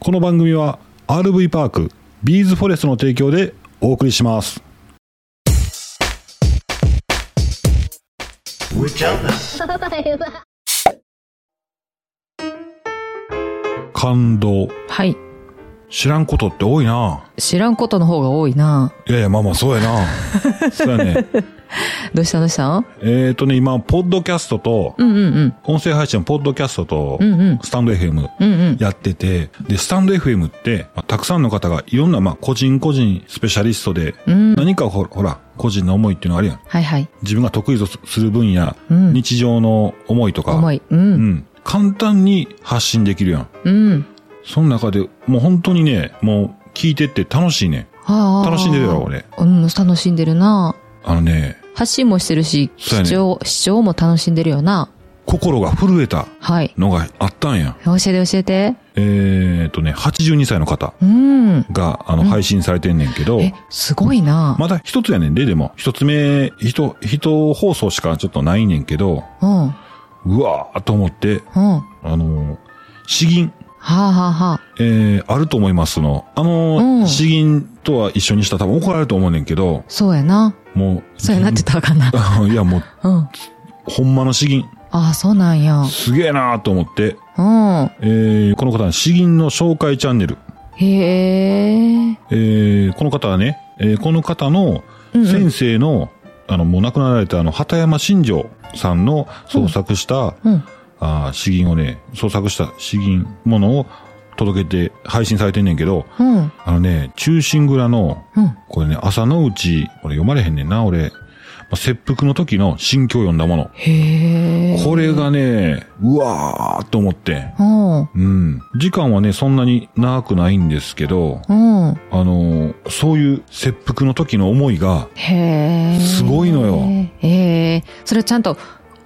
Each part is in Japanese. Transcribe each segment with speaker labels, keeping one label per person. Speaker 1: この番組は RV パークビーズフォレストの提供でお送りします
Speaker 2: Witchelness.
Speaker 1: 感動
Speaker 3: はい。
Speaker 1: 知らんことって多いな
Speaker 3: 知らんことの方が多いな。
Speaker 1: いやいやまあまあそうや なそうやね
Speaker 3: どうしたどうした
Speaker 1: えっとね今ポッドキャストと
Speaker 3: うんうんうん。
Speaker 1: 音声配信のポッドキャストと
Speaker 3: うんうん。
Speaker 1: スタンド FM
Speaker 3: うんうん。
Speaker 1: やってて、で、スタンド FM って、まあたくさんの方がいろんな、まあ、個人個人スペシャリストで、
Speaker 3: うん。
Speaker 1: 何かほほら、個人の思いっていうのがあるやん。
Speaker 3: はいはい。
Speaker 1: 自分が得意とする分野、
Speaker 3: うん
Speaker 1: 日常の思いとか、
Speaker 3: 重い。う。
Speaker 1: うんん。簡単に発信できるやん。
Speaker 3: うん。
Speaker 1: その中で、もう本当にね、もう聞いてって楽しいね。
Speaker 3: はあ。
Speaker 1: 楽しんでるやろ、。俺。
Speaker 3: うん、楽しんでるな。
Speaker 1: あのね、
Speaker 3: 発信もしてるし、
Speaker 1: そうやね
Speaker 3: 視聴、視聴も楽しんでるよな。
Speaker 1: 心が震えた
Speaker 3: はい。
Speaker 1: のがあったんや。
Speaker 3: 教えて教えて。
Speaker 1: えー、とね、82歳の方
Speaker 3: うん。
Speaker 1: が、あの、配信されてんねんけど、
Speaker 3: え、すごいな。
Speaker 1: まだ一つやねんで、でも。一つ目、人、人放送しかちょっとないねんけど、
Speaker 3: うん。うん。は
Speaker 1: うわーと思って、
Speaker 3: あ
Speaker 1: あのー、詩吟、
Speaker 3: はあはあ。
Speaker 1: えー、あると思いますの。あのー
Speaker 3: うん
Speaker 1: 詩吟とは一緒にしたら多分怒られると思うねんけど、
Speaker 3: そうやな。
Speaker 1: もう。
Speaker 3: そうやなって言ったらあかんな。
Speaker 1: あ いや、もう、
Speaker 3: うん。あ
Speaker 1: ほんまの詩吟、
Speaker 3: あ、そうなんや。
Speaker 1: すげえなーと思って、
Speaker 3: うん。
Speaker 1: えー、この方は詩吟の紹介チャンネル。
Speaker 3: へえ。
Speaker 1: えー、この方はね、えー、この方の
Speaker 3: うんうん
Speaker 1: 先生の、あの、もう亡くなられたあの、畑山新庄さんの創作した、
Speaker 3: うん。
Speaker 1: あー詩吟をね、創作した詩吟ものを届けて配信されてんねんけど、
Speaker 3: うん。
Speaker 1: あのね、忠臣蔵の、
Speaker 3: うん。
Speaker 1: これね、朝のうち、俺読まれへんねんな、俺。まあ切腹の時の心境を読んだもの。
Speaker 3: へえ。
Speaker 1: これがね、うわーっと思って。
Speaker 3: うん。
Speaker 1: うん。時間はね、そんなに長くないんですけど、
Speaker 3: うん。
Speaker 1: あのーそういう切腹の時の思いが、
Speaker 3: へえ。
Speaker 1: すごいのよ。
Speaker 3: へえ。それはちゃんと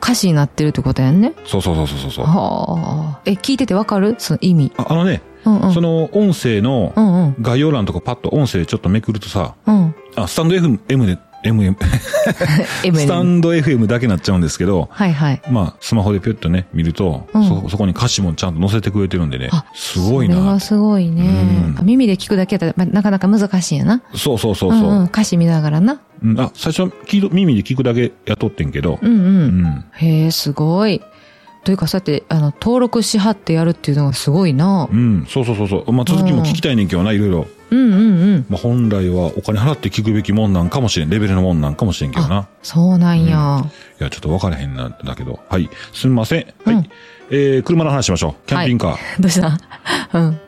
Speaker 3: 歌詞になってるってことやんね。
Speaker 1: そうそうそうそうそうそう。
Speaker 3: はあ。え、聞いててわかるその意味。
Speaker 1: ああのね、
Speaker 3: うんうん。
Speaker 1: その音声の
Speaker 3: うんうん。
Speaker 1: 概要欄とかパッと音声ちょっとめくるとさ、
Speaker 3: うん。
Speaker 1: あ、スタンド FM で、MM、
Speaker 3: エム
Speaker 1: スタンド FM だけなっちゃうんですけど、
Speaker 3: はいはい。
Speaker 1: まあ、スマホでピュッとね、見ると、
Speaker 3: うん
Speaker 1: そ、そこに歌詞もちゃんと載せてくれてるんでね
Speaker 3: あ、
Speaker 1: すごい
Speaker 3: それ
Speaker 1: な
Speaker 3: は。すごいね
Speaker 1: う。ん
Speaker 3: 耳で聞くだけだと、まなかなか難しいやな。
Speaker 1: そうそうそうそ
Speaker 3: うんうん。
Speaker 1: う、
Speaker 3: 歌詞見ながらな。
Speaker 1: うんあ、最初聞いと耳で聞くだけやっとってんけど
Speaker 3: う、んう。
Speaker 1: うんん。
Speaker 3: へえ、すごい。というか、そうやって、あの、登録しはってやるっていうのがすごいな
Speaker 1: う。ん、そうそうそうそう。まあ、続きも聞きたいねんけどな、いろいろ。
Speaker 3: うんうんうん。
Speaker 1: まあ、本来はお金払って聞くべきもんなんかもしれん。レベルのもんなんかもしれんけどな。
Speaker 3: そうなんや。
Speaker 1: いや、ちょっと分からへんなんだけど。はい。すみません。はい。
Speaker 3: うん
Speaker 1: えー、車の話しましょう。キャンピングカー。
Speaker 3: どうしたうん。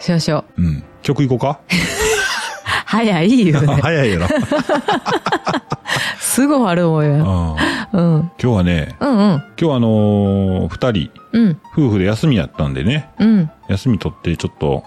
Speaker 3: しましょう。
Speaker 1: うん。曲行こうか
Speaker 3: 早いよ
Speaker 1: あ
Speaker 3: ね。
Speaker 1: 早いよな。
Speaker 3: すぐ終わるも
Speaker 1: う
Speaker 3: ん
Speaker 1: ん
Speaker 3: や。うん。
Speaker 1: 今日はね、
Speaker 3: うんうん。
Speaker 1: 今日はあのー二人、
Speaker 3: うん。
Speaker 1: 夫婦で休みやったんでね。
Speaker 3: うん。
Speaker 1: 休み取って、ちょっと、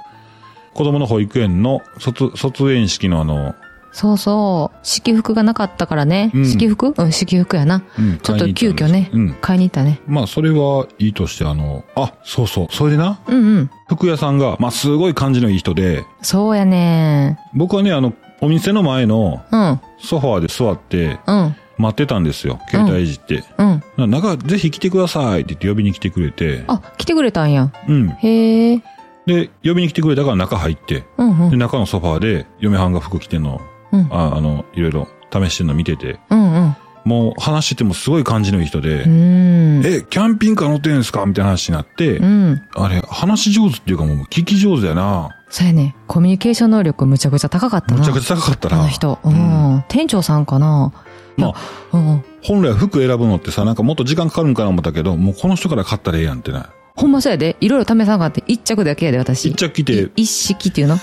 Speaker 1: 子供の保育園の卒、卒園式のあの、
Speaker 3: そうそう。式服がなかったからね。
Speaker 1: うん
Speaker 3: 式服うん、式服やな。
Speaker 1: うん
Speaker 3: ち
Speaker 1: 買
Speaker 3: ょっ
Speaker 1: い
Speaker 3: と
Speaker 1: に行
Speaker 3: 急
Speaker 1: った
Speaker 3: 遽
Speaker 1: んです
Speaker 3: ね、
Speaker 1: うん
Speaker 3: 買いに行ったね。
Speaker 1: まあ、それはいいとして、あの、あ、そうそう。それでな、
Speaker 3: うんうん。
Speaker 1: 服屋さんが、まあ、すごい感じのいい人で、
Speaker 3: そうやね
Speaker 1: 僕はね、あの、お店の前の
Speaker 3: うん。
Speaker 1: ソファーで座って、
Speaker 3: うん。
Speaker 1: 待ってたんですよ。携帯いじって。
Speaker 3: うん。
Speaker 1: な中、ぜひ来てくださいって言って呼びに来てくれて、
Speaker 3: あ、来てくれたんや。
Speaker 1: うん。
Speaker 3: へえ。
Speaker 1: で、呼びに来てくれたから中入って、
Speaker 3: うんう
Speaker 1: で、
Speaker 3: ん。
Speaker 1: 中のソファーで、嫁はんが服着てんの、
Speaker 3: うん。
Speaker 1: ああの、いろいろ試してんの見てて、
Speaker 3: うんうん。
Speaker 1: もう話しててもすごい感じのいい人で
Speaker 3: う、ん。
Speaker 1: え、キャンピングカー乗ってんすかみたいな話になって、
Speaker 3: うん。
Speaker 1: あれ、話し上手っていうかもう聞き上手やな。
Speaker 3: そうやね。コミュニケーション能力むちゃくちゃ高かったな。
Speaker 1: むちゃくちゃ高かった
Speaker 3: あ
Speaker 1: な。
Speaker 3: の人。
Speaker 1: う
Speaker 3: うんん。店長さんかな。いや
Speaker 1: まあ、
Speaker 3: うんうん。
Speaker 1: 本来服選ぶのってさ、なんかもっと時間かかるんかな思ったけど、もうこの人から買ったらええやんってな。
Speaker 3: ほんまそうやで。いろいろ試さんかって、一着だけやで、私。
Speaker 1: 一着着て
Speaker 3: い一式っていう の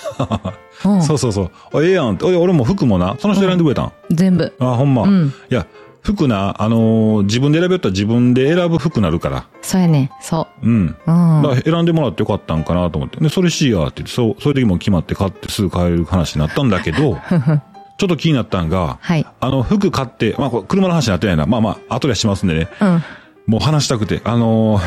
Speaker 3: うん。
Speaker 1: そうそうそう。あええやんって。おい俺も服もな、その人選んでくれたん。
Speaker 3: 全部。
Speaker 1: あ、ほんま。
Speaker 3: うん
Speaker 1: いや、服な、あのー自分で選べたら自分で選ぶ服なるから。
Speaker 3: そうやね。そ
Speaker 1: うん。
Speaker 3: う。うん。
Speaker 1: だから選んでもらってよかったんかなと思って。で、それしいやって言って、そう、そういう時も決まって買ってすぐ買える話になったんだけ ど、ちょっと気になったんが、
Speaker 3: はい。
Speaker 1: あの、服買って、まあ、これ車の話になってないな。まあまあ、後でしますんでね。
Speaker 3: うん。
Speaker 1: もう話したくて、あのー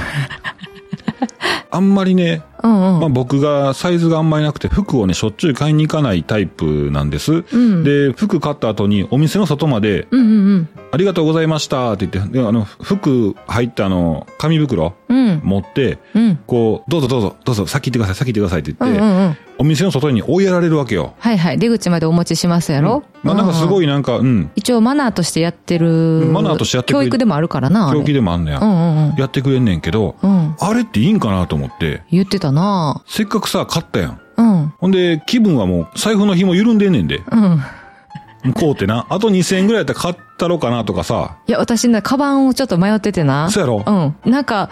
Speaker 1: あんまりね、
Speaker 3: うんう
Speaker 1: まあ、
Speaker 3: ん。
Speaker 1: 僕がサイズがあんまりなくて服をねしょっちゅう買いに行かないタイプなんです、
Speaker 3: うん
Speaker 1: で服買った後にお店の外まで
Speaker 3: うんうん
Speaker 1: 「ありがとうございました」って言ってであの服入ったあの紙袋
Speaker 3: うん。うん。
Speaker 1: 持って
Speaker 3: うん。
Speaker 1: こう「どうぞどうぞどうぞ先行ってください先行ってください」って
Speaker 3: う
Speaker 1: 言
Speaker 3: ん
Speaker 1: っ
Speaker 3: う
Speaker 1: て、
Speaker 3: んうん。
Speaker 1: お店の外に追いやられるわけよ、
Speaker 3: はいはい。出口までお持ちしますやろ。
Speaker 1: まあ、なんかす
Speaker 3: い。
Speaker 1: ごいなんかうん
Speaker 3: 一応マナーとしてやってる。
Speaker 1: マナーとしてやってく
Speaker 3: 教
Speaker 1: れ
Speaker 3: 育でもあるからな。あれ
Speaker 1: 狂気でもあんのや、
Speaker 3: うんうん
Speaker 1: やってくれんねんけど、
Speaker 3: うん。うん。
Speaker 1: あれっていいんかなと思って
Speaker 3: 言ってたな
Speaker 1: せっかくさ買ったやん
Speaker 3: うん。
Speaker 1: ほんで気分はもう財布の紐緩んでんねんで
Speaker 3: うん。
Speaker 1: こうってな。あと2000円ぐらいやったら買ったろかなとかさ。
Speaker 3: いや、私ね、カバンをちょっと迷っててな。
Speaker 1: そうやろ、
Speaker 3: うん。なんか、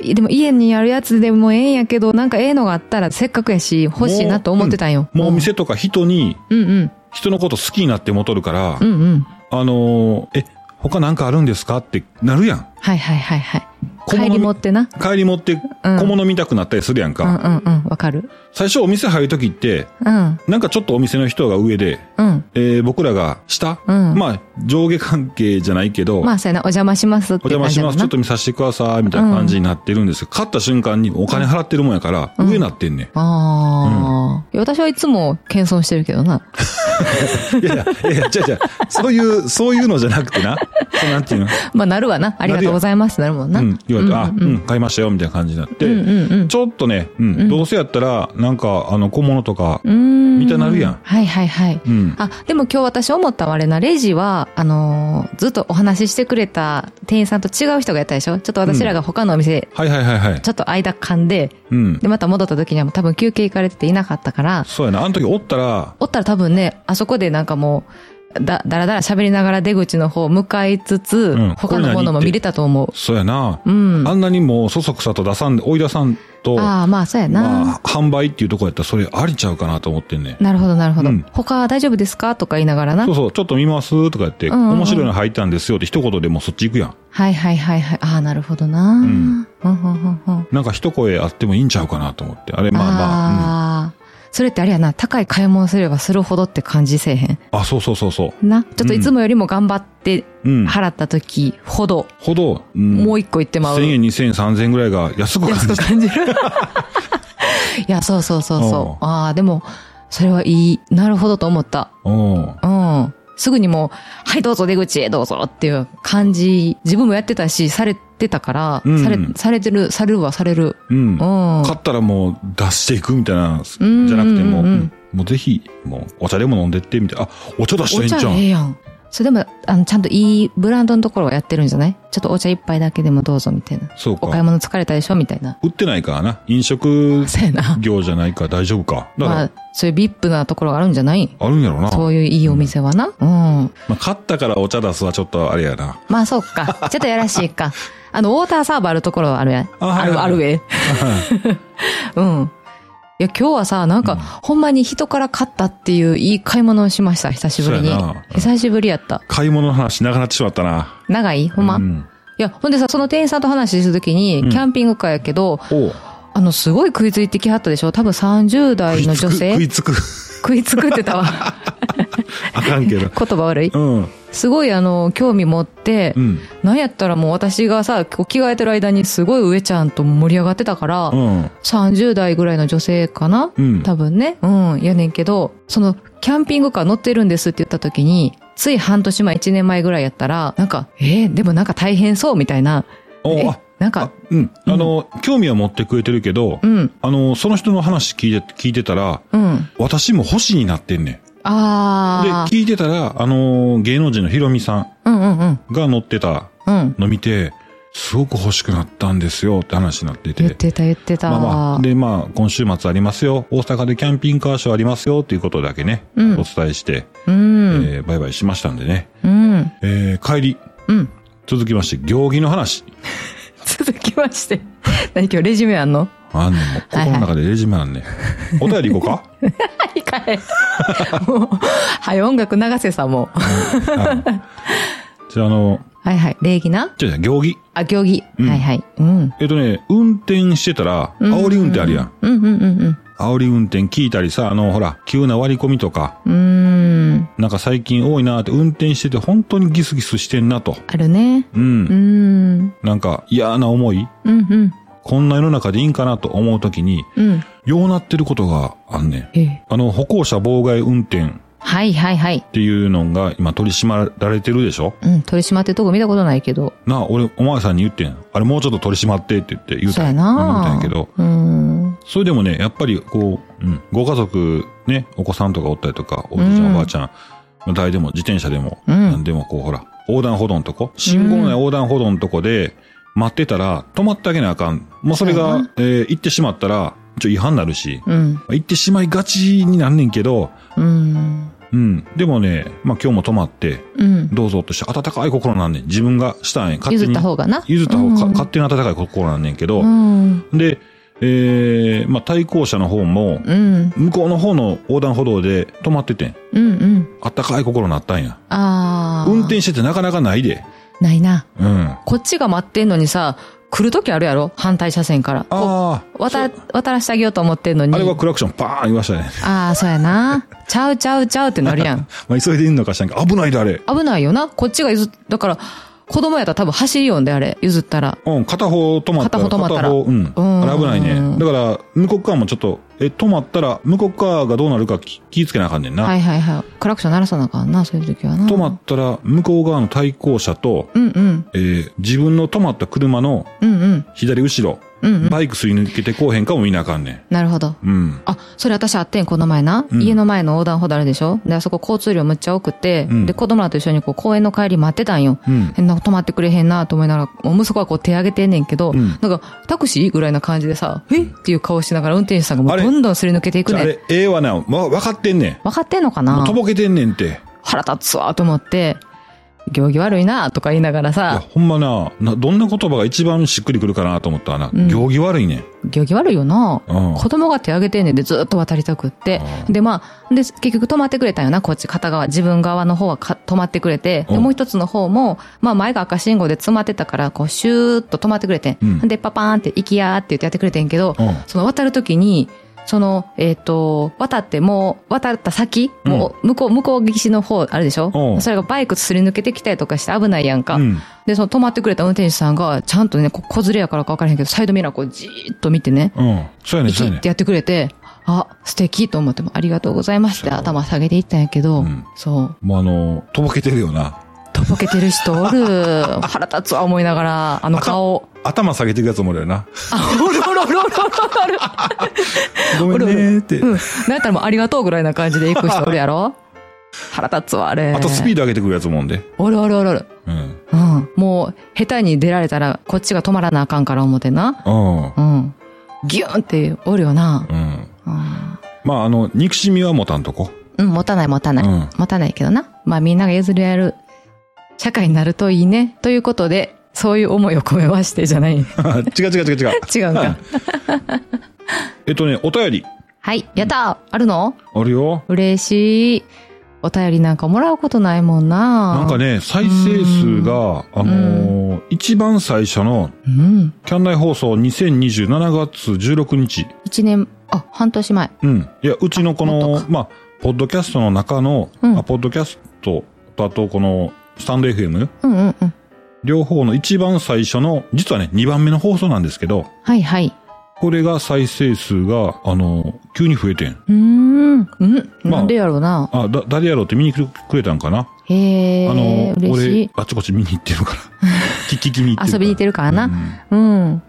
Speaker 3: いでも家にあるやつでもええんやけど、なんかええのがあったらせっかくやし、欲しいなと思ってたんよ。
Speaker 1: もうお
Speaker 3: ん
Speaker 1: 店とか人に、
Speaker 3: うんうん。
Speaker 1: 人のこと好きになって戻るから、
Speaker 3: うんうん。
Speaker 1: あのーえ、他なんかあるんですかってなるやん。
Speaker 3: はいはいはいはい。
Speaker 1: 小物
Speaker 3: 帰り持ってな。
Speaker 1: 帰り持って
Speaker 3: うん
Speaker 1: 小物見たくなったりするやん
Speaker 3: うんう
Speaker 1: か。
Speaker 3: んうん。わかる。
Speaker 1: 最初お店入るときって、
Speaker 3: うん。
Speaker 1: なんかちょっとお店の人が上で、
Speaker 3: うん。
Speaker 1: えー僕らが下、
Speaker 3: うん
Speaker 1: まあ上下関係じゃないけど、
Speaker 3: まあ、そうやな。お邪魔しますって
Speaker 1: お
Speaker 3: いう
Speaker 1: 邪
Speaker 3: 感
Speaker 1: 魔
Speaker 3: じ
Speaker 1: し
Speaker 3: やも
Speaker 1: ま
Speaker 3: ん
Speaker 1: す。
Speaker 3: な
Speaker 1: ちょっと見させてください、みたいな感じになってるんですよ。買った瞬間にお金払ってるもんやから、
Speaker 3: うん
Speaker 1: 上なってんねん。
Speaker 3: ああ、いや私はいつも謙遜してるけどな。
Speaker 1: いやいや、いやいや、違う違う。そういう、そういうのじゃなくてな。そうなんていうの
Speaker 3: まあ、なるわな。ありがとうございます。なるもんな。
Speaker 1: うん。言われて、あ、
Speaker 3: うんうん
Speaker 1: うん、買いましたよ、みたいな感じになって。
Speaker 3: うんうんうん
Speaker 1: ちょっとね、うん、
Speaker 3: うん
Speaker 1: どうせやったら、なんか、あの、小物とか、
Speaker 3: うーん。
Speaker 1: みたいになるやん
Speaker 3: はいはいはい。
Speaker 1: うん。
Speaker 3: あ、でも今日私思ったのはあれな、レジは、あのーずっとお話ししてくれた店員さんと違う人がやったでしょちょっと私らが他のお店、
Speaker 1: はいはいはいはい
Speaker 3: ち。ょっと間噛んで、
Speaker 1: うん。
Speaker 3: で、また戻った時にはもう多分休憩行かれてていなかったから、
Speaker 1: そうやな。あの時おったら、
Speaker 3: おったら多分ね、あそこでなんかもう、だ、だらだら喋りながら出口の方向かいつつ、
Speaker 1: ん
Speaker 3: 他のものも見れたと思う。
Speaker 1: そうやな。
Speaker 3: うん。
Speaker 1: あんなにもう、そそくさと出さんで、追い出さんと、
Speaker 3: ああ、まあ、そうやな。
Speaker 1: まあ、販売っていうとこやったら、それありちゃうかなと思ってんねん。
Speaker 3: なるほど、なるほど。
Speaker 1: うん
Speaker 3: 他大丈夫ですかとか言いながらな
Speaker 1: そう。そう、ちょっと見ますとか言って、
Speaker 3: うんうんうん
Speaker 1: 面白いの入ったんですよって一言でもうそっち行くやん。
Speaker 3: はいはいはいはい。ああ、なるほどな。
Speaker 1: ん
Speaker 3: うんうんうんうん
Speaker 1: なんか一声あってもいいんちゃうかなと思って。あれ、まあまあ、
Speaker 3: ああ、それってあれやな、高い買い物すればするほどって感じせえへん。
Speaker 1: うん。あ、そうそうそうそ
Speaker 3: な、ちょっといつもよりも頑張って
Speaker 1: う。うん。
Speaker 3: 払った時ほど、
Speaker 1: ほど、うん
Speaker 3: もう一個言ってまう。
Speaker 1: 1000円、2000円、3000円ぐらいが安く感
Speaker 3: 安
Speaker 1: じ
Speaker 3: く
Speaker 1: た。
Speaker 3: 感じる。いや、そうそうそうそう。ああ、でも、それはいい。なるほどと思った。
Speaker 1: うん。
Speaker 3: うん。すぐにもう、はい、どうぞ出口へどうぞっていう感じ、自分もやってたし、されてたから、
Speaker 1: うん
Speaker 3: され、されてる、されるはされる。
Speaker 1: うん。
Speaker 3: うん。
Speaker 1: 買ったらもう出していくみたいな、じゃ
Speaker 3: うん
Speaker 1: なくてもう、
Speaker 3: うん
Speaker 1: うんもうぜひ、もうお茶でも飲んでってみたいな。あ、お茶出したら
Speaker 3: お
Speaker 1: いいん
Speaker 3: 茶
Speaker 1: じゃ
Speaker 3: え
Speaker 1: ん。
Speaker 3: えやん。それでも、あの、ちゃんといいブランドのところはやってるんじゃないちょっとお茶一杯だけでもどうぞみたいな。
Speaker 1: そう
Speaker 3: お買い
Speaker 1: か。
Speaker 3: 物疲れたでしょみたいな。
Speaker 1: 売ってないからな。飲食
Speaker 3: そうやな。
Speaker 1: 業じゃないから大丈夫か。だか
Speaker 3: ま
Speaker 1: ら
Speaker 3: あ、、そういうビップなところがあるんじゃない
Speaker 1: あるんやろな。
Speaker 3: そういういいお店はな。うん。
Speaker 1: まあ、買ったからお茶出すはちょっとあれや な。
Speaker 3: まあ、そう か。ちょっとやらしいか。あの、ウォーターサーバーあるところはあるやん。
Speaker 1: あはい
Speaker 3: ある、
Speaker 1: はい
Speaker 3: あるえ。うん。いや、今日はさ、なんか、
Speaker 1: うん
Speaker 3: ほんまに人から買ったっていういい買い物をしました、久しぶりに
Speaker 1: そうやな。
Speaker 3: 久しぶりやった。
Speaker 1: 買い物の話長くなってしまったな。
Speaker 3: 長いほんま、
Speaker 1: うん。
Speaker 3: いや、ほんでさ、その店員さんと話するときに、
Speaker 1: うん
Speaker 3: キャンピングカーやけど、
Speaker 1: おう
Speaker 3: あの、すごい食いついてきはったでしょ多分30代の女性
Speaker 1: 食いつく。食い つ
Speaker 3: 食いつくってたわ。
Speaker 1: くあかんけど。
Speaker 3: 言葉悪い。
Speaker 1: うん。
Speaker 3: すごい、あの、興味持って、
Speaker 1: うん。
Speaker 3: なんやったらもう私がさ、こう着替えてる間にすごい上ちゃんと盛り上がってたから、
Speaker 1: うん。
Speaker 3: 30代ぐらいの女性かな、
Speaker 1: うん。
Speaker 3: 多分ね。うん、やねんけど、その、キャンピングカー乗ってるんですって言った時に、つい半年前、1年前ぐらいやったら、なんか、えーでもなんか大変そうみたいな。
Speaker 1: おう
Speaker 3: え
Speaker 1: あ
Speaker 3: なん
Speaker 1: あ
Speaker 3: か、、
Speaker 1: うん。あの、興味は持ってくれてるけど、
Speaker 3: うん、
Speaker 1: あの、その人の話聞いて、聞いてたら、
Speaker 3: うん。
Speaker 1: 私も星になってんねん。で、
Speaker 3: あー。
Speaker 1: 聞いてたら、あの、芸能人のヒロミさ
Speaker 3: うんうんうん。
Speaker 1: んが乗ってた
Speaker 3: うん。
Speaker 1: の見て、すごく欲しくなったんですよって話になってて。
Speaker 3: 言ってた言ってた。
Speaker 1: まあまあ、で、まあ、今週末ありますよ。大阪でキャンピングカーショーありますよっていうことだけね、
Speaker 3: うん
Speaker 1: お伝えして、
Speaker 3: うん。
Speaker 1: えーバイバイしましたんでね。
Speaker 3: うん。
Speaker 1: えー帰り、
Speaker 3: うん。
Speaker 1: 続きまして、行儀の話。
Speaker 3: 続きまして。何今日レジュメあんの
Speaker 1: あんねん、もう、心の中でレジュメあんねん。 お便り行こうか
Speaker 3: はい、かえ。 もう、はい、音楽流せさ、もう。
Speaker 1: うんじゃあ、あの、
Speaker 3: はいはい。礼儀な
Speaker 1: じゃあ、行儀。
Speaker 3: あ、行儀。
Speaker 1: うん
Speaker 3: はいはい。うん。
Speaker 1: えっとね、運転してたら、
Speaker 3: うん
Speaker 1: 煽り運転あるやん。
Speaker 3: うんうんうん
Speaker 1: 煽り運転聞いたりさ、あの、ほら、急な割り込みとか、
Speaker 3: うん。うーん。
Speaker 1: なんか最近多いなーって、運転してて本当にギスギスしてんなと。
Speaker 3: あるね。
Speaker 1: う
Speaker 3: うー
Speaker 1: ん。
Speaker 3: ん。
Speaker 1: なんか嫌な思い
Speaker 3: うんうん。
Speaker 1: こんな世の中でいいんかなと思うときに、
Speaker 3: うん。
Speaker 1: ようなってることがあんねん。
Speaker 3: ええ。
Speaker 1: あの、歩行者妨害運転っ
Speaker 3: はいはいはい。
Speaker 1: ていうのが今取り締まられてるでしょ
Speaker 3: うん。取り締まってるとこ見たことないけど。
Speaker 1: なあ、俺、お前さんに言ってん。あれもうちょっと取り締まってって言って言う
Speaker 3: そ
Speaker 1: た
Speaker 3: うんや
Speaker 1: うん言
Speaker 3: な
Speaker 1: うたんやけど、
Speaker 3: うん。
Speaker 1: それでもね、やっぱりこう、うん、ご家族、ね、お子さんとかおったりとか、おじいちゃん、
Speaker 3: うん
Speaker 1: おばあちゃん、まあ誰でも、自転車でも、
Speaker 3: う
Speaker 1: なん
Speaker 3: ん。
Speaker 1: でもこう、ほら、横断歩道のとこ、信号のない横断歩道のとこで、待ってたら、止まってあげなあかん。もうそれ
Speaker 3: そうや
Speaker 1: が
Speaker 3: な、
Speaker 1: えー行ってしまったら、ちょ、違反になるし、
Speaker 3: うん。
Speaker 1: 行ってしまいがちになんねんけど、
Speaker 3: うん。
Speaker 1: うん。でもね、まあ今日も止まって、
Speaker 3: うん。
Speaker 1: どうぞとして、温かい心なんねん。自分がしたんや。勝手
Speaker 3: 譲
Speaker 1: に
Speaker 3: った。方がな。
Speaker 1: 譲った方
Speaker 3: う
Speaker 1: が、
Speaker 3: ん
Speaker 1: か勝手に温かい心なんねんけど、
Speaker 3: うん。
Speaker 1: で、えー、まあ対向車の方も、
Speaker 3: うん。
Speaker 1: 向こうの方の横断歩道で止まっててん。
Speaker 3: うん。うん。
Speaker 1: あったかい心になったんや。
Speaker 3: ああ。
Speaker 1: 運転しててなかなかないで。
Speaker 3: ないな。
Speaker 1: うん。
Speaker 3: こっちが待ってんのにさ、来るときあるやろ反対車線から。こ
Speaker 1: あ
Speaker 3: う渡
Speaker 1: あ
Speaker 3: ら、渡らしてあげようと思ってんのに。
Speaker 1: あれはクラクションパーン言いましたね。
Speaker 3: ああ、そうやな。ちゃうちゃうちゃうってなるやん。
Speaker 1: まあ急いでいんのかしらんけど、危ないであれ。
Speaker 3: 危ないよな。こっちが譲っ、だから、子供やったら多分走りよんであれ、譲ったら。
Speaker 1: うん、片方止まったら。
Speaker 3: 片方止まったら
Speaker 1: 片方うん。
Speaker 3: うん
Speaker 1: あれ危ないね。だから、向こう側もちょっと、え、止まったら、向こう側がどうなるか気気ぃつけなあかんねんな。
Speaker 3: はいはいはい。クラクション鳴らさなあかんな、そういう時はな。
Speaker 1: 止まったら、向こう側の対向車と、
Speaker 3: うんうん。
Speaker 1: えー自分の止まった車の
Speaker 3: うんうん。
Speaker 1: 左後ろ、
Speaker 3: うんうん。
Speaker 1: バイクすり抜けてこうへんかも見なあかんね
Speaker 3: なるほど。
Speaker 1: ん。うん。
Speaker 3: あ、それ私あってん、この前な。
Speaker 1: うん
Speaker 3: 家の前の横断歩道あるでしょで、あそこ交通量むっちゃ多くて、
Speaker 1: うん
Speaker 3: で、子供らと一緒にこう公園の帰り待ってたんよ。
Speaker 1: うん。
Speaker 3: 変な止まってくれへんなと思いながら、もう息子はこう手上げてんねんけど、
Speaker 1: うん
Speaker 3: なんかタクシーぐらいな感じでさ、えっていう顔しながら運転手さんがも
Speaker 1: あ
Speaker 3: う
Speaker 1: れ
Speaker 3: どんどんすり抜けていく
Speaker 1: じゃあ、
Speaker 3: ね
Speaker 1: あ
Speaker 3: ん。
Speaker 1: れ、ええわな。わ、分かってんね
Speaker 3: 分かってんのか
Speaker 1: ん。もう
Speaker 3: な
Speaker 1: とぼけてんねんって。い
Speaker 3: 腹立つわと思って、行儀悪いなとか言いながら
Speaker 1: や、
Speaker 3: さ、
Speaker 1: ほんまな、な、どんな言葉が一番しっくりくるかなと思ったらな、
Speaker 3: うん
Speaker 1: 行儀悪いねん。
Speaker 3: 行儀悪いよな。
Speaker 1: うん。
Speaker 3: 子供が手上げてんねんでずっと渡りたくって。
Speaker 1: うん
Speaker 3: で、まあ、で、結局止まってくれたんよな、こっち片側。自分側の方はか止まってくれて。
Speaker 1: う
Speaker 3: で、
Speaker 1: ん
Speaker 3: もう一つの方も、まあ前が赤信号で詰まってたから、こうシューッと止まってくれてん。
Speaker 1: うん
Speaker 3: で、パパーンって行きやーって言ってやってくれてんけど、
Speaker 1: うん。
Speaker 3: その渡るときに、その、えっ、と、渡ってもう、渡った先、
Speaker 1: うん
Speaker 3: もう、向こう、向こう岸の方あるでし
Speaker 1: お
Speaker 3: ょ
Speaker 1: う
Speaker 3: それがバイクすり抜けてきたりとかして危ないやんか。
Speaker 1: うん。
Speaker 3: で、その止まってくれた運転手さんが、ちゃんとね、こ子連れやからか分からへんけど、サイドミラーこうじーっと見てね、
Speaker 1: うん。そうやね
Speaker 3: 生
Speaker 1: ん、そうや
Speaker 3: き
Speaker 1: ね
Speaker 3: っ
Speaker 1: ん
Speaker 3: て。やってくれて、あ、素敵と思っても、ありがとうございますって
Speaker 1: そう
Speaker 3: 頭下げていったんやけど、
Speaker 1: うん
Speaker 3: そう、
Speaker 1: もうあの、とぼけてるよな。
Speaker 3: とぼけてる人お る、腹立つわ思いながら、あの顔。
Speaker 1: 頭下げてるやつもおるよ な。
Speaker 3: あ、おるおるおるおるおるおる。
Speaker 1: ごめんねーって。
Speaker 3: うん。なんやったらもうありがとうぐらいな感じで行く人おるやろ腹立つわ、あれ。
Speaker 1: あとスピード上げてくるやつもんで。
Speaker 3: おるおるおるおる。
Speaker 1: うん。
Speaker 3: うん。もう、下手に出られたら、こっちが止まらなあかんから思ってな。
Speaker 1: うん。
Speaker 3: うん。ギューンっておるよな。
Speaker 1: うん。
Speaker 3: うん。
Speaker 1: まあ、あの、憎しみは持たんとこ。
Speaker 3: うん、持たない持たない。
Speaker 1: うん
Speaker 3: 持たないけどな。まあみんなが譲り合える社会になるといいね。ということで、そういう思いを込めまして じゃない。違う
Speaker 1: 違う違う違う違う。
Speaker 3: んか。
Speaker 1: えっとね、お便り。
Speaker 3: はい。やったーあるの
Speaker 1: あるよ。
Speaker 3: 嬉しい。お便りなんかもらうことないもんな。
Speaker 1: なんか
Speaker 3: ね。
Speaker 1: ね、再生数が、あのー一番最初の、
Speaker 3: うん。
Speaker 1: キャンナイ放送2027月16日。
Speaker 3: 一年、あ、半年前。
Speaker 1: うん。いや、うちのこ
Speaker 3: あもっ
Speaker 1: の
Speaker 3: と、か
Speaker 1: まあ、ポッドキャストの中の、
Speaker 3: うん
Speaker 1: あポッドキャストと、あとこの、スタンド FM?
Speaker 3: うんうんうん。
Speaker 1: 両方の一番最初の、実はね、二番目の放送なんですけど、
Speaker 3: はいはい。
Speaker 1: これが再生数が、あの、急に増えてん。
Speaker 3: うーん。うん。
Speaker 1: まあ
Speaker 3: なんでやろうな。
Speaker 1: あ、だ、誰やろうって見に来てくれたんかな、
Speaker 3: へえ。
Speaker 1: あの、
Speaker 3: 嬉しい
Speaker 1: 俺。、あちこち見に行ってる から。聞き気に行ってるから。
Speaker 3: 遊びに行ってるからな。
Speaker 1: う
Speaker 3: うん。
Speaker 1: ん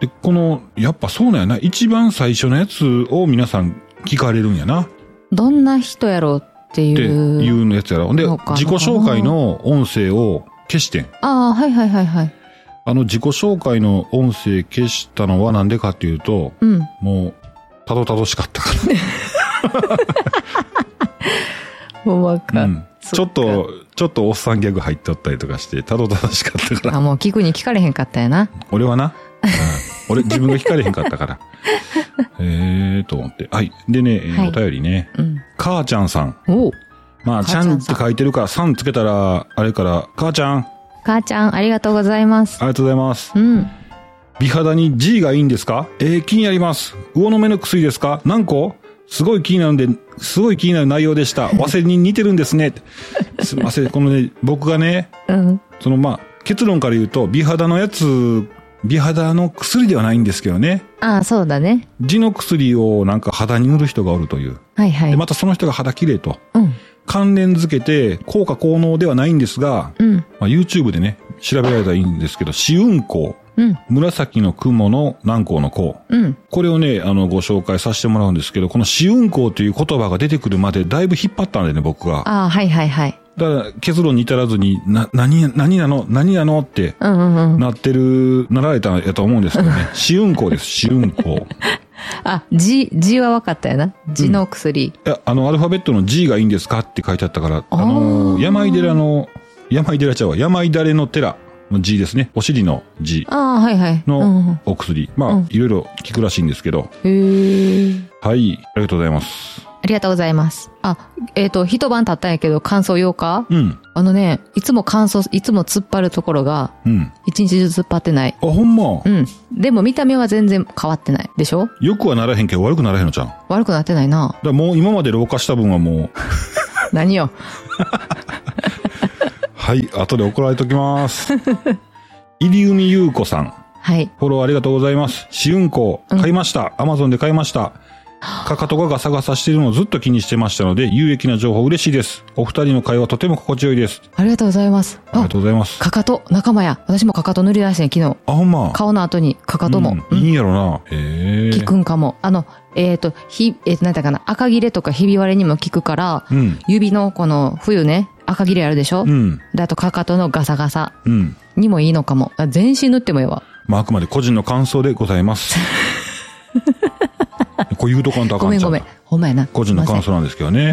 Speaker 1: で、この、やっぱそうなんやな。一番最初のやつを皆さん聞かれるんやな。っ
Speaker 3: どんな人やろうって
Speaker 1: て
Speaker 3: いう。
Speaker 1: いうのやつやろ。で、
Speaker 3: そうか
Speaker 1: 自己紹介の音声を消してん。
Speaker 3: ああ、はいはいはいはい。
Speaker 1: あの、自己紹介の音声消したのはなんでかっていうと、
Speaker 3: うん。
Speaker 1: もう、たどたどしかったから。
Speaker 3: わか
Speaker 1: う
Speaker 3: る
Speaker 1: んちょっ。と、ちょっとおっさんギャグ入っとったりとかして、たどたどしかったから。
Speaker 3: あ、もう聞くに聞かれへんかったやな。
Speaker 1: 俺はな、うん俺自分が惹かれへんかった から。ええと思って。はい。でね、えー
Speaker 3: はい
Speaker 1: お便りね。
Speaker 3: うん。
Speaker 1: 母ちゃんさん。
Speaker 3: おう
Speaker 1: まあ、ち
Speaker 3: 母
Speaker 1: ゃ
Speaker 3: ちゃ
Speaker 1: んっ
Speaker 3: んさ
Speaker 1: て
Speaker 3: ん
Speaker 1: 書いてるから、さんつけたら、あれから、母ちゃん、あ
Speaker 3: 母ちゃん、ありがとうございます。
Speaker 1: りがとうございます。
Speaker 3: うん。
Speaker 1: 美肌に G がいいんですかえー、気になります。魚の目の薬ですか何個すごい気になるんで、すごい気になる内容でした。ワセリンに似てるんですね。すいません。このね、僕がね、
Speaker 3: うん。
Speaker 1: そのまあ、結論から言うと、美肌のやつ美肌の薬ではないんですけどね。
Speaker 3: ああ、そうだね。
Speaker 1: 地の薬をなんか肌に塗る人がおるという。
Speaker 3: はいはい。
Speaker 1: で、またその人が肌綺麗と。
Speaker 3: うん。
Speaker 1: 関連づけて、効果効能ではないんですが、
Speaker 3: うん。
Speaker 1: まあ、YouTube でね、調べられたらいいんですけど、紫雲光。
Speaker 3: うん。
Speaker 1: 紫の雲の南光の光。
Speaker 3: うん。
Speaker 1: これをね、あの、ご紹介させてもらうんですけど、この紫雲光という言葉が出てくるまでだいぶ引っ張ったんでね、僕が。
Speaker 3: ああ、はいはいはい。
Speaker 1: だから、結論に至らずに、な、何、何なの何なのって、
Speaker 3: うんうんうん。
Speaker 1: なってる、なられたやと思うんですけど ね。紫雲光です、紫雲光。
Speaker 3: あ、字、字は分かったよな。字の薬。
Speaker 1: いや、あの、アルファベットの G がいいんですかって書いてあったから、あの
Speaker 3: あー
Speaker 1: ー、山井寺の、山井寺ちゃうわ、山井だれの寺の G ですね。お尻の G
Speaker 3: ああ、はいはい。うんうん
Speaker 1: のお薬。まあ、
Speaker 3: うん
Speaker 1: いろいろ聞くらしいんですけど。
Speaker 3: へえ。
Speaker 1: はい、ありがとうございます。
Speaker 3: ありがとうございます。あ、えっ、と、一晩経ったんやけど、乾燥8日
Speaker 1: うん、
Speaker 3: あのね、いつも乾燥、いつも突っ張るところが、
Speaker 1: うん。あ、
Speaker 3: 一日中突っ張ってない。
Speaker 1: ほんま
Speaker 3: う。ん。でも見た目は全然変わってない。でしょ
Speaker 1: よくはならへんけど悪くならへんのじゃん。だか
Speaker 3: 悪くなってないな。
Speaker 1: らもう今まで老化した分はもう、
Speaker 3: 何よ。
Speaker 1: はい、後で怒られとき ます。入海優子さん。
Speaker 3: はい。
Speaker 1: フォローありがとうございます。試運行、
Speaker 3: うん
Speaker 1: 買いました。アマゾンで買いました。かかとがガサガサしているのをずっと気にしてましたので、有益な情報嬉しいです。お二人の会話とても心地よいです。
Speaker 3: ありがとうございます。
Speaker 1: あり
Speaker 3: あ
Speaker 1: が、とうございます。
Speaker 3: かかと、仲間や。私もかかと塗り出してん、昨日。
Speaker 1: あ、ほんま。
Speaker 3: 顔の後にかかとも。
Speaker 1: う、
Speaker 3: うんん
Speaker 1: いいんやろな。ええ
Speaker 3: 効くんかも。あの、えっ、と、ひ、えっ、と、なんだかな、赤切れとかひび割れにも効くから、
Speaker 1: うん。
Speaker 3: 指のこの冬ね、赤切れあるでしょ、
Speaker 1: うん。
Speaker 3: で、あとかかとのガサガサ
Speaker 1: うん。
Speaker 3: にもいいのかも。あ全身塗ってもええわ。
Speaker 1: まあ、あくまで個人の感想でござい ます。こう言うとかんとあ
Speaker 3: ご
Speaker 1: か
Speaker 3: め
Speaker 1: ん
Speaker 3: ん
Speaker 1: ちゃ
Speaker 3: ご
Speaker 1: う
Speaker 3: めん。ほんまやな。
Speaker 1: 個人の感想なんですけどね。
Speaker 3: すいま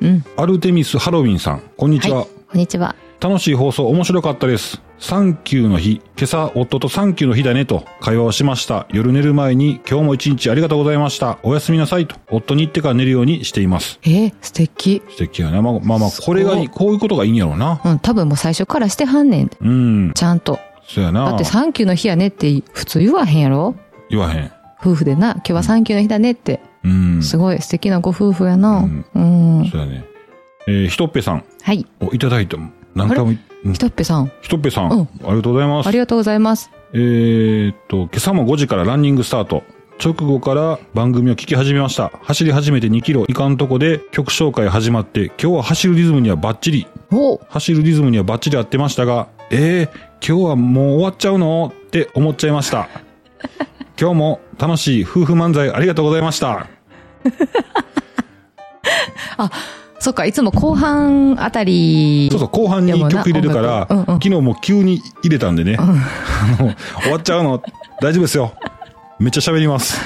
Speaker 3: せん。うん。
Speaker 1: アルテミスハロウィンさん、こんにちは。
Speaker 3: はい。こんにちは。
Speaker 1: 楽しい放送面白かったです。サンキューの日、今朝夫とサンキューの日だねと会話をしました。夜寝る前に今日も一日ありがとうございました。おやすみなさいと夫に言ってから寝るようにしています。
Speaker 3: えー、素敵。
Speaker 1: 素敵やな。まあまあまあ、
Speaker 3: す
Speaker 1: こ
Speaker 3: ごい
Speaker 1: れがいい、こういうことがいいんやろうな。
Speaker 3: うん、多分もう最初からしてはんねん。
Speaker 1: うん。
Speaker 3: ちゃんと。
Speaker 1: そうやな。
Speaker 3: だってサンキューの日やねって普通言わへんやろ
Speaker 1: 言わへん。
Speaker 3: 夫婦でな、今日はサンキューの日だねって。
Speaker 1: うん。
Speaker 3: す
Speaker 1: そ
Speaker 3: ごい素敵なご夫婦やな。
Speaker 1: う
Speaker 3: うん。
Speaker 1: うやね。えー、ひとっぺさん
Speaker 3: はい。
Speaker 1: をいただいても、何回も、うん
Speaker 3: ひとっぺさん、
Speaker 1: ひとっぺさん、
Speaker 3: うん
Speaker 1: ありがとうございます
Speaker 3: あ。りがとうございます。
Speaker 1: えーっと、今朝も5時からランニングスタート。直後から番組を聞き始めました。走り始めて2キロいかんとこで曲紹介始まって、今日は走るリズムにはバッチリ、
Speaker 3: お
Speaker 1: 走るリズムにはバッチリ合ってましたが、えー、今日はもう終わっちゃうのって思っちゃいま した。今日も楽しい夫婦漫才ありがとうございました。
Speaker 3: そっか、いつも後半あたり。
Speaker 1: そうそう、後半に
Speaker 3: でもな
Speaker 1: 曲入れるから、
Speaker 3: 音楽うんうん
Speaker 1: 昨日も急に入れたんでね、あの終わっちゃうの大丈夫ですよ。めっちゃ喋ります。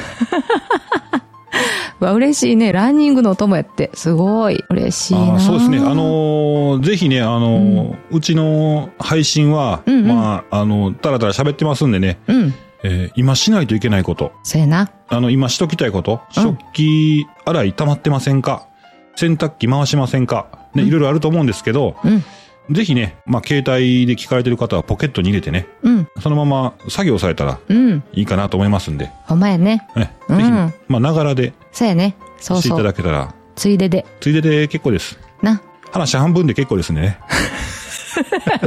Speaker 3: わ、嬉しいね。ランニングのお供やって。すごい。嬉しい
Speaker 1: あ
Speaker 3: な。
Speaker 1: ーそうですね。あ、のーぜひね、あのーうちの配信は、
Speaker 3: うんうん
Speaker 1: まあ、あの、たらたら喋ってますんでね、
Speaker 3: うん。
Speaker 1: えー今しないといけないこと、
Speaker 3: そうやな。
Speaker 1: あの、今しときたいこと、
Speaker 3: うん
Speaker 1: 食器洗い溜まってませんか洗濯機回しませんかね、いろいろあると思うんですけど、
Speaker 3: うん。
Speaker 1: ぜひね、まあ、携帯で聞かれてる方はポケットに入れてね、
Speaker 3: うん。
Speaker 1: そのまま作業されたら
Speaker 3: うん。
Speaker 1: いいかなと思いますんで、
Speaker 3: ほんまやね。
Speaker 1: ね、ぜひ、
Speaker 3: うん
Speaker 1: まあ、ながらで
Speaker 3: そうやね。そう
Speaker 1: してい
Speaker 3: そ
Speaker 1: た
Speaker 3: う。
Speaker 1: だけたら、
Speaker 3: ついでで。
Speaker 1: ついでで結構です。
Speaker 3: な。
Speaker 1: 話半分で結構ですんでね。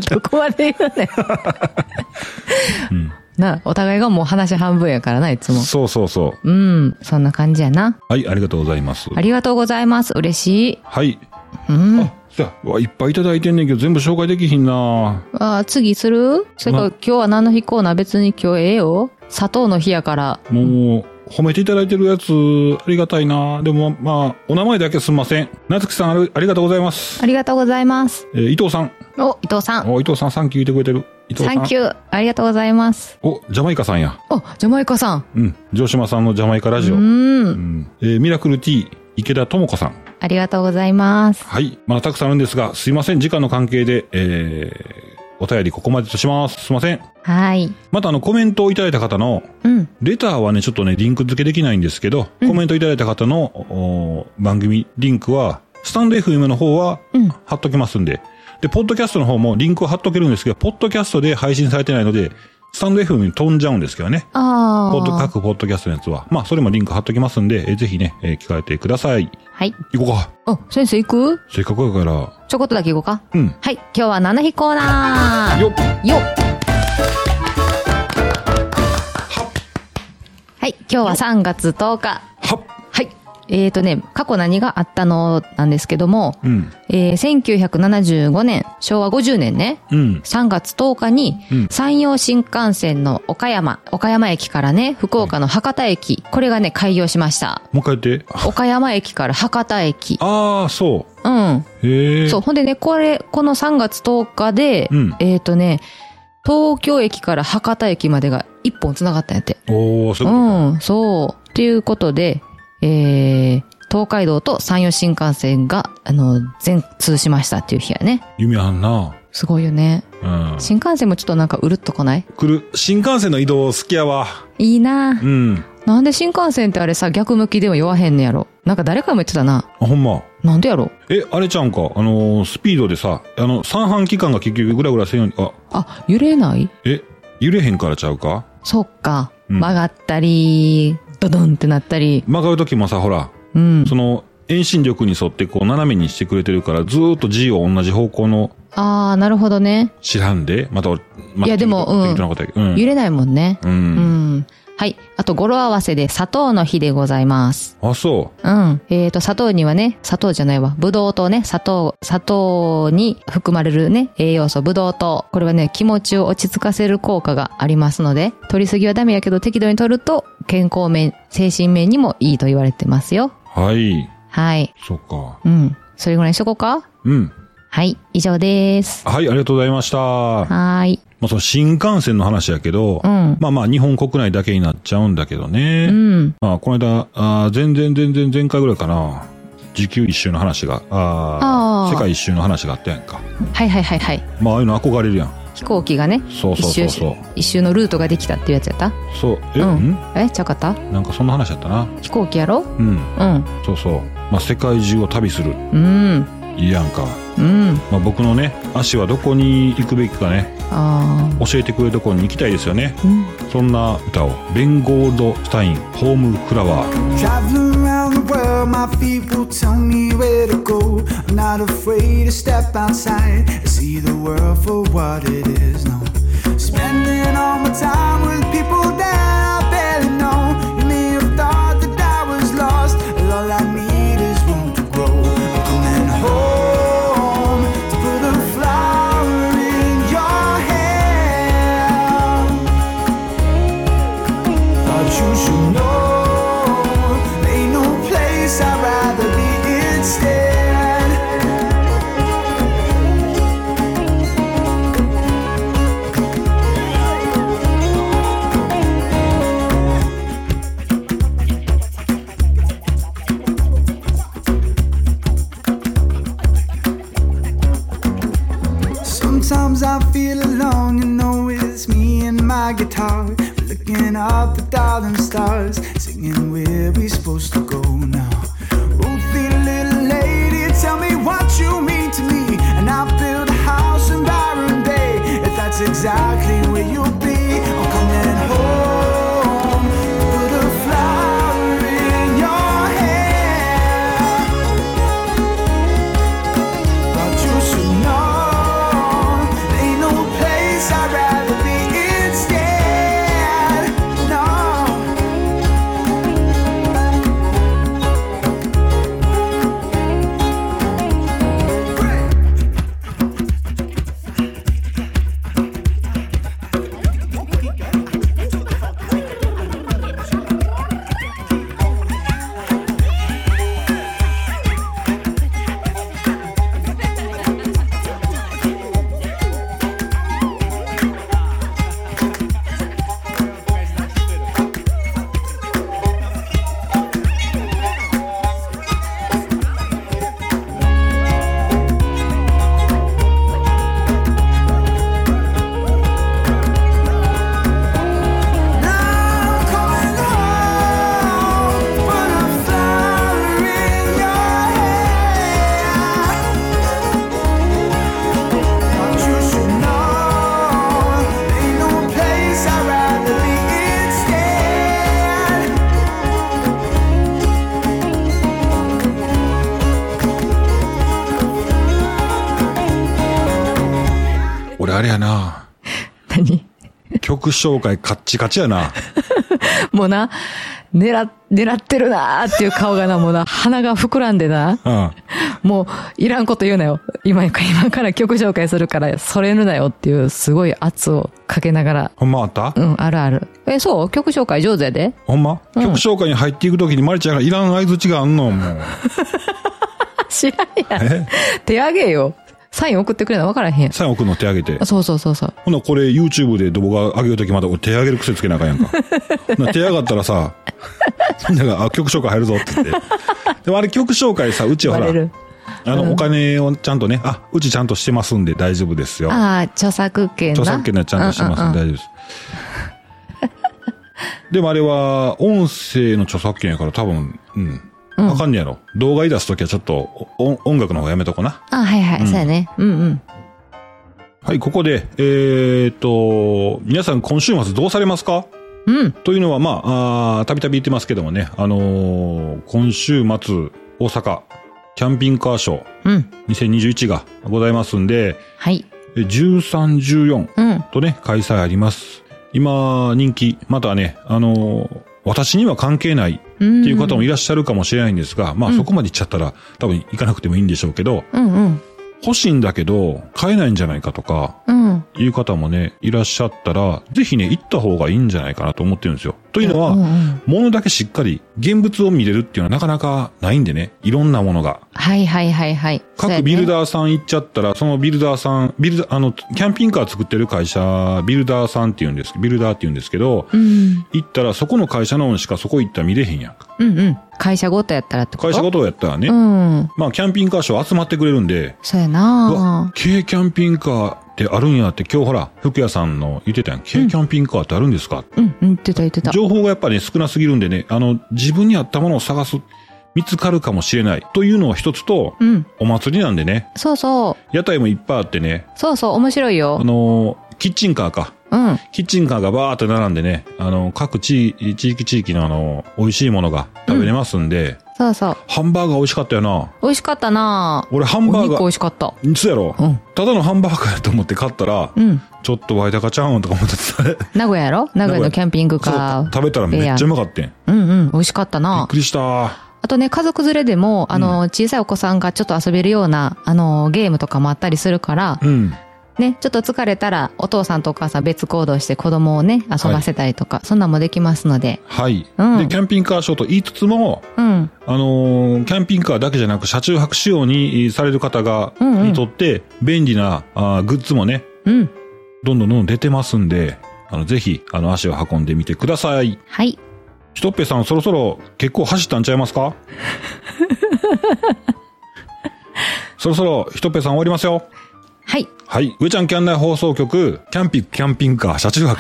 Speaker 3: どこまで言うねん。
Speaker 1: うん
Speaker 3: な、お互いがもう話半分やからな、いつも。
Speaker 1: そうそうそう。
Speaker 3: うん。そんな感じやな。
Speaker 1: はい、ありがとうございます。
Speaker 3: ありがとうございます。嬉しい。
Speaker 1: はい。
Speaker 3: うん。
Speaker 1: あ、じゃあ、うわいっぱいいただいてんねんけど、全部紹介できひんな
Speaker 3: あー次するそれか
Speaker 1: ま
Speaker 3: ら今日は何の日コーナー別に今日ええよ。砂糖の日やから。
Speaker 1: もう、褒めていただいてるやつ、ありがたいなでも、まあ、お名前だけすんません。なつきさんあり、ありがとうございます。
Speaker 3: ありがとうございます。
Speaker 1: えー伊藤さん。
Speaker 3: お、伊藤さん。
Speaker 1: お、伊藤さん、サンキュー言ってくれてる。伊藤さ
Speaker 3: サ
Speaker 1: ん。
Speaker 3: ンキュー。ありがとうございます。
Speaker 1: お、ジャマイカさんや。
Speaker 3: お、ジャマイカさん。
Speaker 1: うん。城島さんのジャマイカラ
Speaker 3: う
Speaker 1: ジオ。
Speaker 3: ー。
Speaker 1: うんんえーミラクル T、池田智子さん。
Speaker 3: ありがとうございます。
Speaker 1: はい。まだたくさんあるんですが、すいません。時間の関係で、えーお便りここまでとします。すいません。
Speaker 3: はい。
Speaker 1: また、あの、コメントをいただいた方の、
Speaker 3: うん。
Speaker 1: レターはね、ちょっとね、リンク付けできないんですけど、
Speaker 3: うん
Speaker 1: コメントいただいた方の、おー番組、リンクは、スタンド FM の方は
Speaker 3: うん。
Speaker 1: 貼っときますんで、で、ポッドキャストの方もリンクを貼っとけるんですけど、ポッドキャストで配信されてないので、スタンド FM に飛んじゃうんですけどね。
Speaker 3: あ
Speaker 1: ポッド、
Speaker 3: あ。
Speaker 1: 各ポッドキャストのやつは。まあ、それもリンク貼っときますんで、えーぜひね、えー聞かれてください。
Speaker 3: はい。
Speaker 1: 行こうか。
Speaker 3: お、先生行く
Speaker 1: せっかくやから、
Speaker 3: ちょこっとだけ行こうか。
Speaker 1: うん。
Speaker 3: はい。今日は何の日コーナー
Speaker 1: よっ
Speaker 3: よっはい、今日は3月10日。
Speaker 1: はっ
Speaker 3: はい。えーとね、過去何があったのなんですけども、
Speaker 1: うん。
Speaker 3: えー1975年、昭和50年ね、
Speaker 1: うん。
Speaker 3: 3月10日に
Speaker 1: うん、
Speaker 3: 山陽新幹線の岡山、岡山駅からね、福岡の博多駅、これがね、開業しました。
Speaker 1: もう一回言って。
Speaker 3: 岡山駅から博多駅。
Speaker 1: ああ、そ
Speaker 3: うん。
Speaker 1: う。へえ。
Speaker 3: そう。ほんでね、これ、この3月10日で、
Speaker 1: うん
Speaker 3: えっ、とね、東京駅から博多駅までが1本繋がったんやって。
Speaker 1: おお、そうういうこ
Speaker 3: ん、そう。っていうことで、えー、東海道と山陽新幹線が、あの、全通しましたっていう日やね。
Speaker 1: と。夢あんな。
Speaker 3: すごいよね。
Speaker 1: うん。
Speaker 3: 新幹線もちょっとなんかうるっとこない
Speaker 1: 来る。新幹線の移動好きやわ。
Speaker 3: いいなぁ
Speaker 1: うん。
Speaker 3: なんで新幹線ってあれさ、逆向きでも酔わへんねやろ。なんか誰かも言ってたな。
Speaker 1: あ、ほんま。
Speaker 3: なんでやろ
Speaker 1: え、あれちゃんか。あのースピードでさ、あの、三半期間が結局ぐらぐらせんように、あ、
Speaker 3: あ、揺れない
Speaker 1: え、揺れへんからちゃうか
Speaker 3: そっか。
Speaker 1: うん
Speaker 3: 曲がったり、ドドンってなったり。
Speaker 1: 曲がるときもさ、ほら、
Speaker 3: うん。
Speaker 1: その、遠心力に沿ってこう斜めにしてくれてるから、ずーっと G を同じ方向の
Speaker 3: あー、なるほどね。
Speaker 1: 知らんで、また俺、また
Speaker 3: いやでもうん
Speaker 1: 適当なことやけどうん。
Speaker 3: 揺れないもんね。
Speaker 1: う
Speaker 3: うん。
Speaker 1: ん。
Speaker 3: はい。あと語呂合わせで砂糖の日でございます。
Speaker 1: あ、そ
Speaker 3: うん。えーと、砂糖にはね、砂糖じゃないわ。ブドウ糖ね、砂糖、砂糖に含まれるね、栄養素、ブドウ糖。これはね、気持ちを落ち着かせる効果がありますので、取りすぎはダメやけど、適度に取ると、健康面、精神面にもいいと言われてますよ。
Speaker 1: う。はい。
Speaker 3: はい。
Speaker 1: そっか。
Speaker 3: うん。それぐらいにしとこうか
Speaker 1: うん。
Speaker 3: はい。以上です。
Speaker 1: はい、ありがとうございました。ま
Speaker 3: はーい。
Speaker 1: あ、その新幹線の話やけど、
Speaker 3: うん。
Speaker 1: まあまあ、日本国内だけになっちゃうんだけどね。
Speaker 3: うん。
Speaker 1: まあ、この間、あー全然全然前回ぐらいかな。時給一周の話が、あ
Speaker 3: あ
Speaker 1: あ
Speaker 3: ー
Speaker 1: 世界一周の話があったやんか。
Speaker 3: はいはいはいはい。
Speaker 1: まあ、ああいうの憧れるやん。
Speaker 3: 飛行機がね、
Speaker 1: そうそうそうそう。
Speaker 3: 一周のルートができたっていうやつやった
Speaker 1: そう、え、、
Speaker 3: うんえちゃうかった
Speaker 1: なんかそんな話やったな。
Speaker 3: 飛行機やろ
Speaker 1: うん、
Speaker 3: うん。
Speaker 1: そうそう。まあ、世界中を旅する。
Speaker 3: うん。
Speaker 1: いいやんか。
Speaker 3: うん。
Speaker 1: まあ、僕のね、足はどこに行くべきかね、
Speaker 3: ああ。
Speaker 1: 教えてくれるところに行きたいですよね。
Speaker 3: うん
Speaker 1: そんな歌を、ベン・ゴールド・スタイン、ホーム・フラワー。
Speaker 2: Traveling around the world, my feet will tell me where to go. I'm not afraid to step outside and see the world for what it is. No, spending all my time with people that I barely know. You may have thought that I was lost, but all I need is room to grow. I'm coming home to put a flower in your hand. But you should know Ain't no place I'd rather be instead Sometimes I feel alone, you know it's me and my guitar. Looking up at all them stars, singing where we supposed to go now. Ruthie, little lady, tell me what you mean to me. And I'll build a house in Byron Bay, if that's exactly where you'll be. I'm coming home, put a flower in your hand. But you should know Ain't no place I'd rather be instead No Now I'm coming home Put a flower in your hair But you should know Ain't no place I'd rather be instead
Speaker 1: 俺、あれやな。
Speaker 3: 何
Speaker 1: 曲紹介カッチカチやな。
Speaker 3: もうな、狙っ、狙ってるなーっていう顔がな、もうな、鼻が膨らんでな、
Speaker 1: うん。
Speaker 3: もう、いらんこと言うなよ。今、今から曲紹介するから、それるなよっていう、すごい圧をかけながら。
Speaker 1: ほんまあった
Speaker 3: うん、あるある。え、そう曲紹介上手やで
Speaker 1: ほんま、
Speaker 3: ん
Speaker 1: 曲紹介に入っていくときにマリちゃんがいらん合図値があんのもう。
Speaker 3: 知らんやん。
Speaker 1: え
Speaker 3: 手あげよ。サイン送ってくれな分からへんやん。
Speaker 1: サイン送るの手挙 げて。
Speaker 3: そうそうそうそう。
Speaker 1: ほな、これ YouTube で動画上げるときまだ俺手上げる癖つけなあかんやんか。ほな手上がったら さ、みんなが、あ、曲紹介入るぞって言って。でもあれ曲紹介さ、うち
Speaker 3: 言
Speaker 1: は
Speaker 3: わ
Speaker 1: ほ
Speaker 3: れ
Speaker 1: ら
Speaker 3: る、。
Speaker 1: あの、お金をちゃんとね、あ、うちちゃんとしてますんで大丈夫ですよ。
Speaker 3: ああ、著作権な。
Speaker 1: 著作権はちゃんとしてます
Speaker 3: うんう
Speaker 1: で
Speaker 3: う
Speaker 1: 大丈夫です。 でもあれは、音声の著作権やから多分、うん。あかんねやろ。動画に出すときはちょっと、お音楽の方やめとこな。
Speaker 3: あはいはい、そうやね。うんうん。
Speaker 1: はい、ここで、えーっと、皆さん今週末どうされますか
Speaker 3: うん。
Speaker 1: というのは、まあ、あーたびたび言ってますけどもね、あのー今週末、大阪、キャンピングカーショー
Speaker 3: うん。
Speaker 1: 2021がございますんで、
Speaker 3: はい。
Speaker 1: え13、14
Speaker 3: うん。
Speaker 1: とね、開催あります。今、人気、またね、あのー私には関係ないって
Speaker 3: うん
Speaker 1: いう方もいらっしゃるかもしれないんですが、まあそこまで行っちゃったら多分行かなくてもいいんでしょうけど、
Speaker 3: うんうん。
Speaker 1: 欲しいんだけど買えないんじゃないかとか、
Speaker 3: うん。
Speaker 1: いう方もね、いらっしゃったら、ぜひね、行った方がいいんじゃないかなと思ってるんですよ。というのは、
Speaker 3: うんうん
Speaker 1: 物だけしっかり現物を見れるっていうのはなかなかないんでね、いろんなものが。
Speaker 3: はいはいはいはい。そうや
Speaker 1: 各
Speaker 3: ね
Speaker 1: ビルダーさん行っちゃったら、そのビルダーさん、ビルダー、あの、キャンピングカー作ってる会社、ビルダーさんって言うんです、ビルダーって言うんですけど、
Speaker 3: うん。
Speaker 1: 行ったらそこの会社のしかそこ行ったら見れへんやんか。
Speaker 3: うんうん。会社ごとやったらってこと
Speaker 1: 会社ごとやったらね、
Speaker 3: うん。
Speaker 1: まあ、キャンピングカーショー集まってくれるんで、
Speaker 3: そうや
Speaker 1: うわ
Speaker 3: な、
Speaker 1: 軽キャンピングカーってあるんやって、今日ほら、福屋さんの言ってたやん、軽キャンピングカーってあるんですか、
Speaker 3: うん、うん、言ってた言ってた。
Speaker 1: 情報がやっぱり、ね、少なすぎるんでね、あの、自分に合ったものを探す、見つかるかもしれないというのが一つと、
Speaker 3: うん。
Speaker 1: お祭りなんでね、
Speaker 3: そうそう。
Speaker 1: 屋台もいっぱいあってね、
Speaker 3: そうそう、面白い
Speaker 1: あ
Speaker 3: よ。
Speaker 1: のーキッチンカーか。
Speaker 3: うん。
Speaker 1: キッチンカーがバーって並んでね、あの、各地、地域地域のあの、美味しいものが食べれますんで、
Speaker 3: そうそう。
Speaker 1: ハンバーガー美味しかったよな。
Speaker 3: 美味しかったな
Speaker 1: 俺ハ
Speaker 3: お
Speaker 1: ンバー
Speaker 3: 肉
Speaker 1: ガ
Speaker 3: 美
Speaker 1: ー、
Speaker 3: 味しかった。
Speaker 1: そうやろ、
Speaker 3: うん
Speaker 1: ただのハンバーガーやと思って買ったら、
Speaker 3: うん。
Speaker 1: ちょっと湧いたかちゃうんとか思ってた。
Speaker 3: 名古屋やろ名古屋のキャンピングカ
Speaker 1: そう食
Speaker 3: ー。
Speaker 1: べたらめっちゃうまかったん。
Speaker 3: うんうん。美味しかった
Speaker 1: びっ
Speaker 3: な
Speaker 1: くりした。
Speaker 3: あとね、家族連れでも、あの、小さいお子さんがちょっと遊べるような、あの、ゲームとかもあったりするから、
Speaker 1: うん。
Speaker 3: ね、ちょっと疲れたら、お父さんとお母さん別行動して子供をね、遊ばせたりとか、そんなんもできますので。
Speaker 1: はい、
Speaker 3: うん
Speaker 1: で、キャンピングカーショーと言いつつも、
Speaker 3: うん。
Speaker 1: あのーキャンピングカーだけじゃなく、車中泊仕様にえーされる方が、
Speaker 3: うんうん
Speaker 1: にとって、便利なあーグッズもね、
Speaker 3: うん。
Speaker 1: どんどんどんどん出てますんで、あの、ぜひ、あの、足を運んでみてください。
Speaker 3: はい。
Speaker 1: ひとっぺさん、そろそろ結構走ったんちゃいますかそろそろ、ひとっぺさん終わりますよ。
Speaker 3: はい。
Speaker 1: はい。上ちゃんキャン内放送局、キャンピ、キャンピングカー、車中泊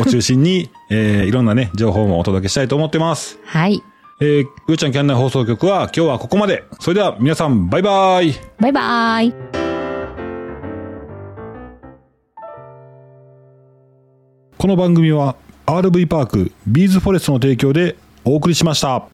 Speaker 1: を中心に、えー、いろんなね、情報もお届けしたいと思ってます。
Speaker 3: はい。
Speaker 1: えー、うーちゃんキャンナー放送局は今日はここまで。それでは皆さん、バイバイ
Speaker 3: バイバーイ。
Speaker 1: この番組は RV パーク、ビーズフォレストの提供でお送りしました。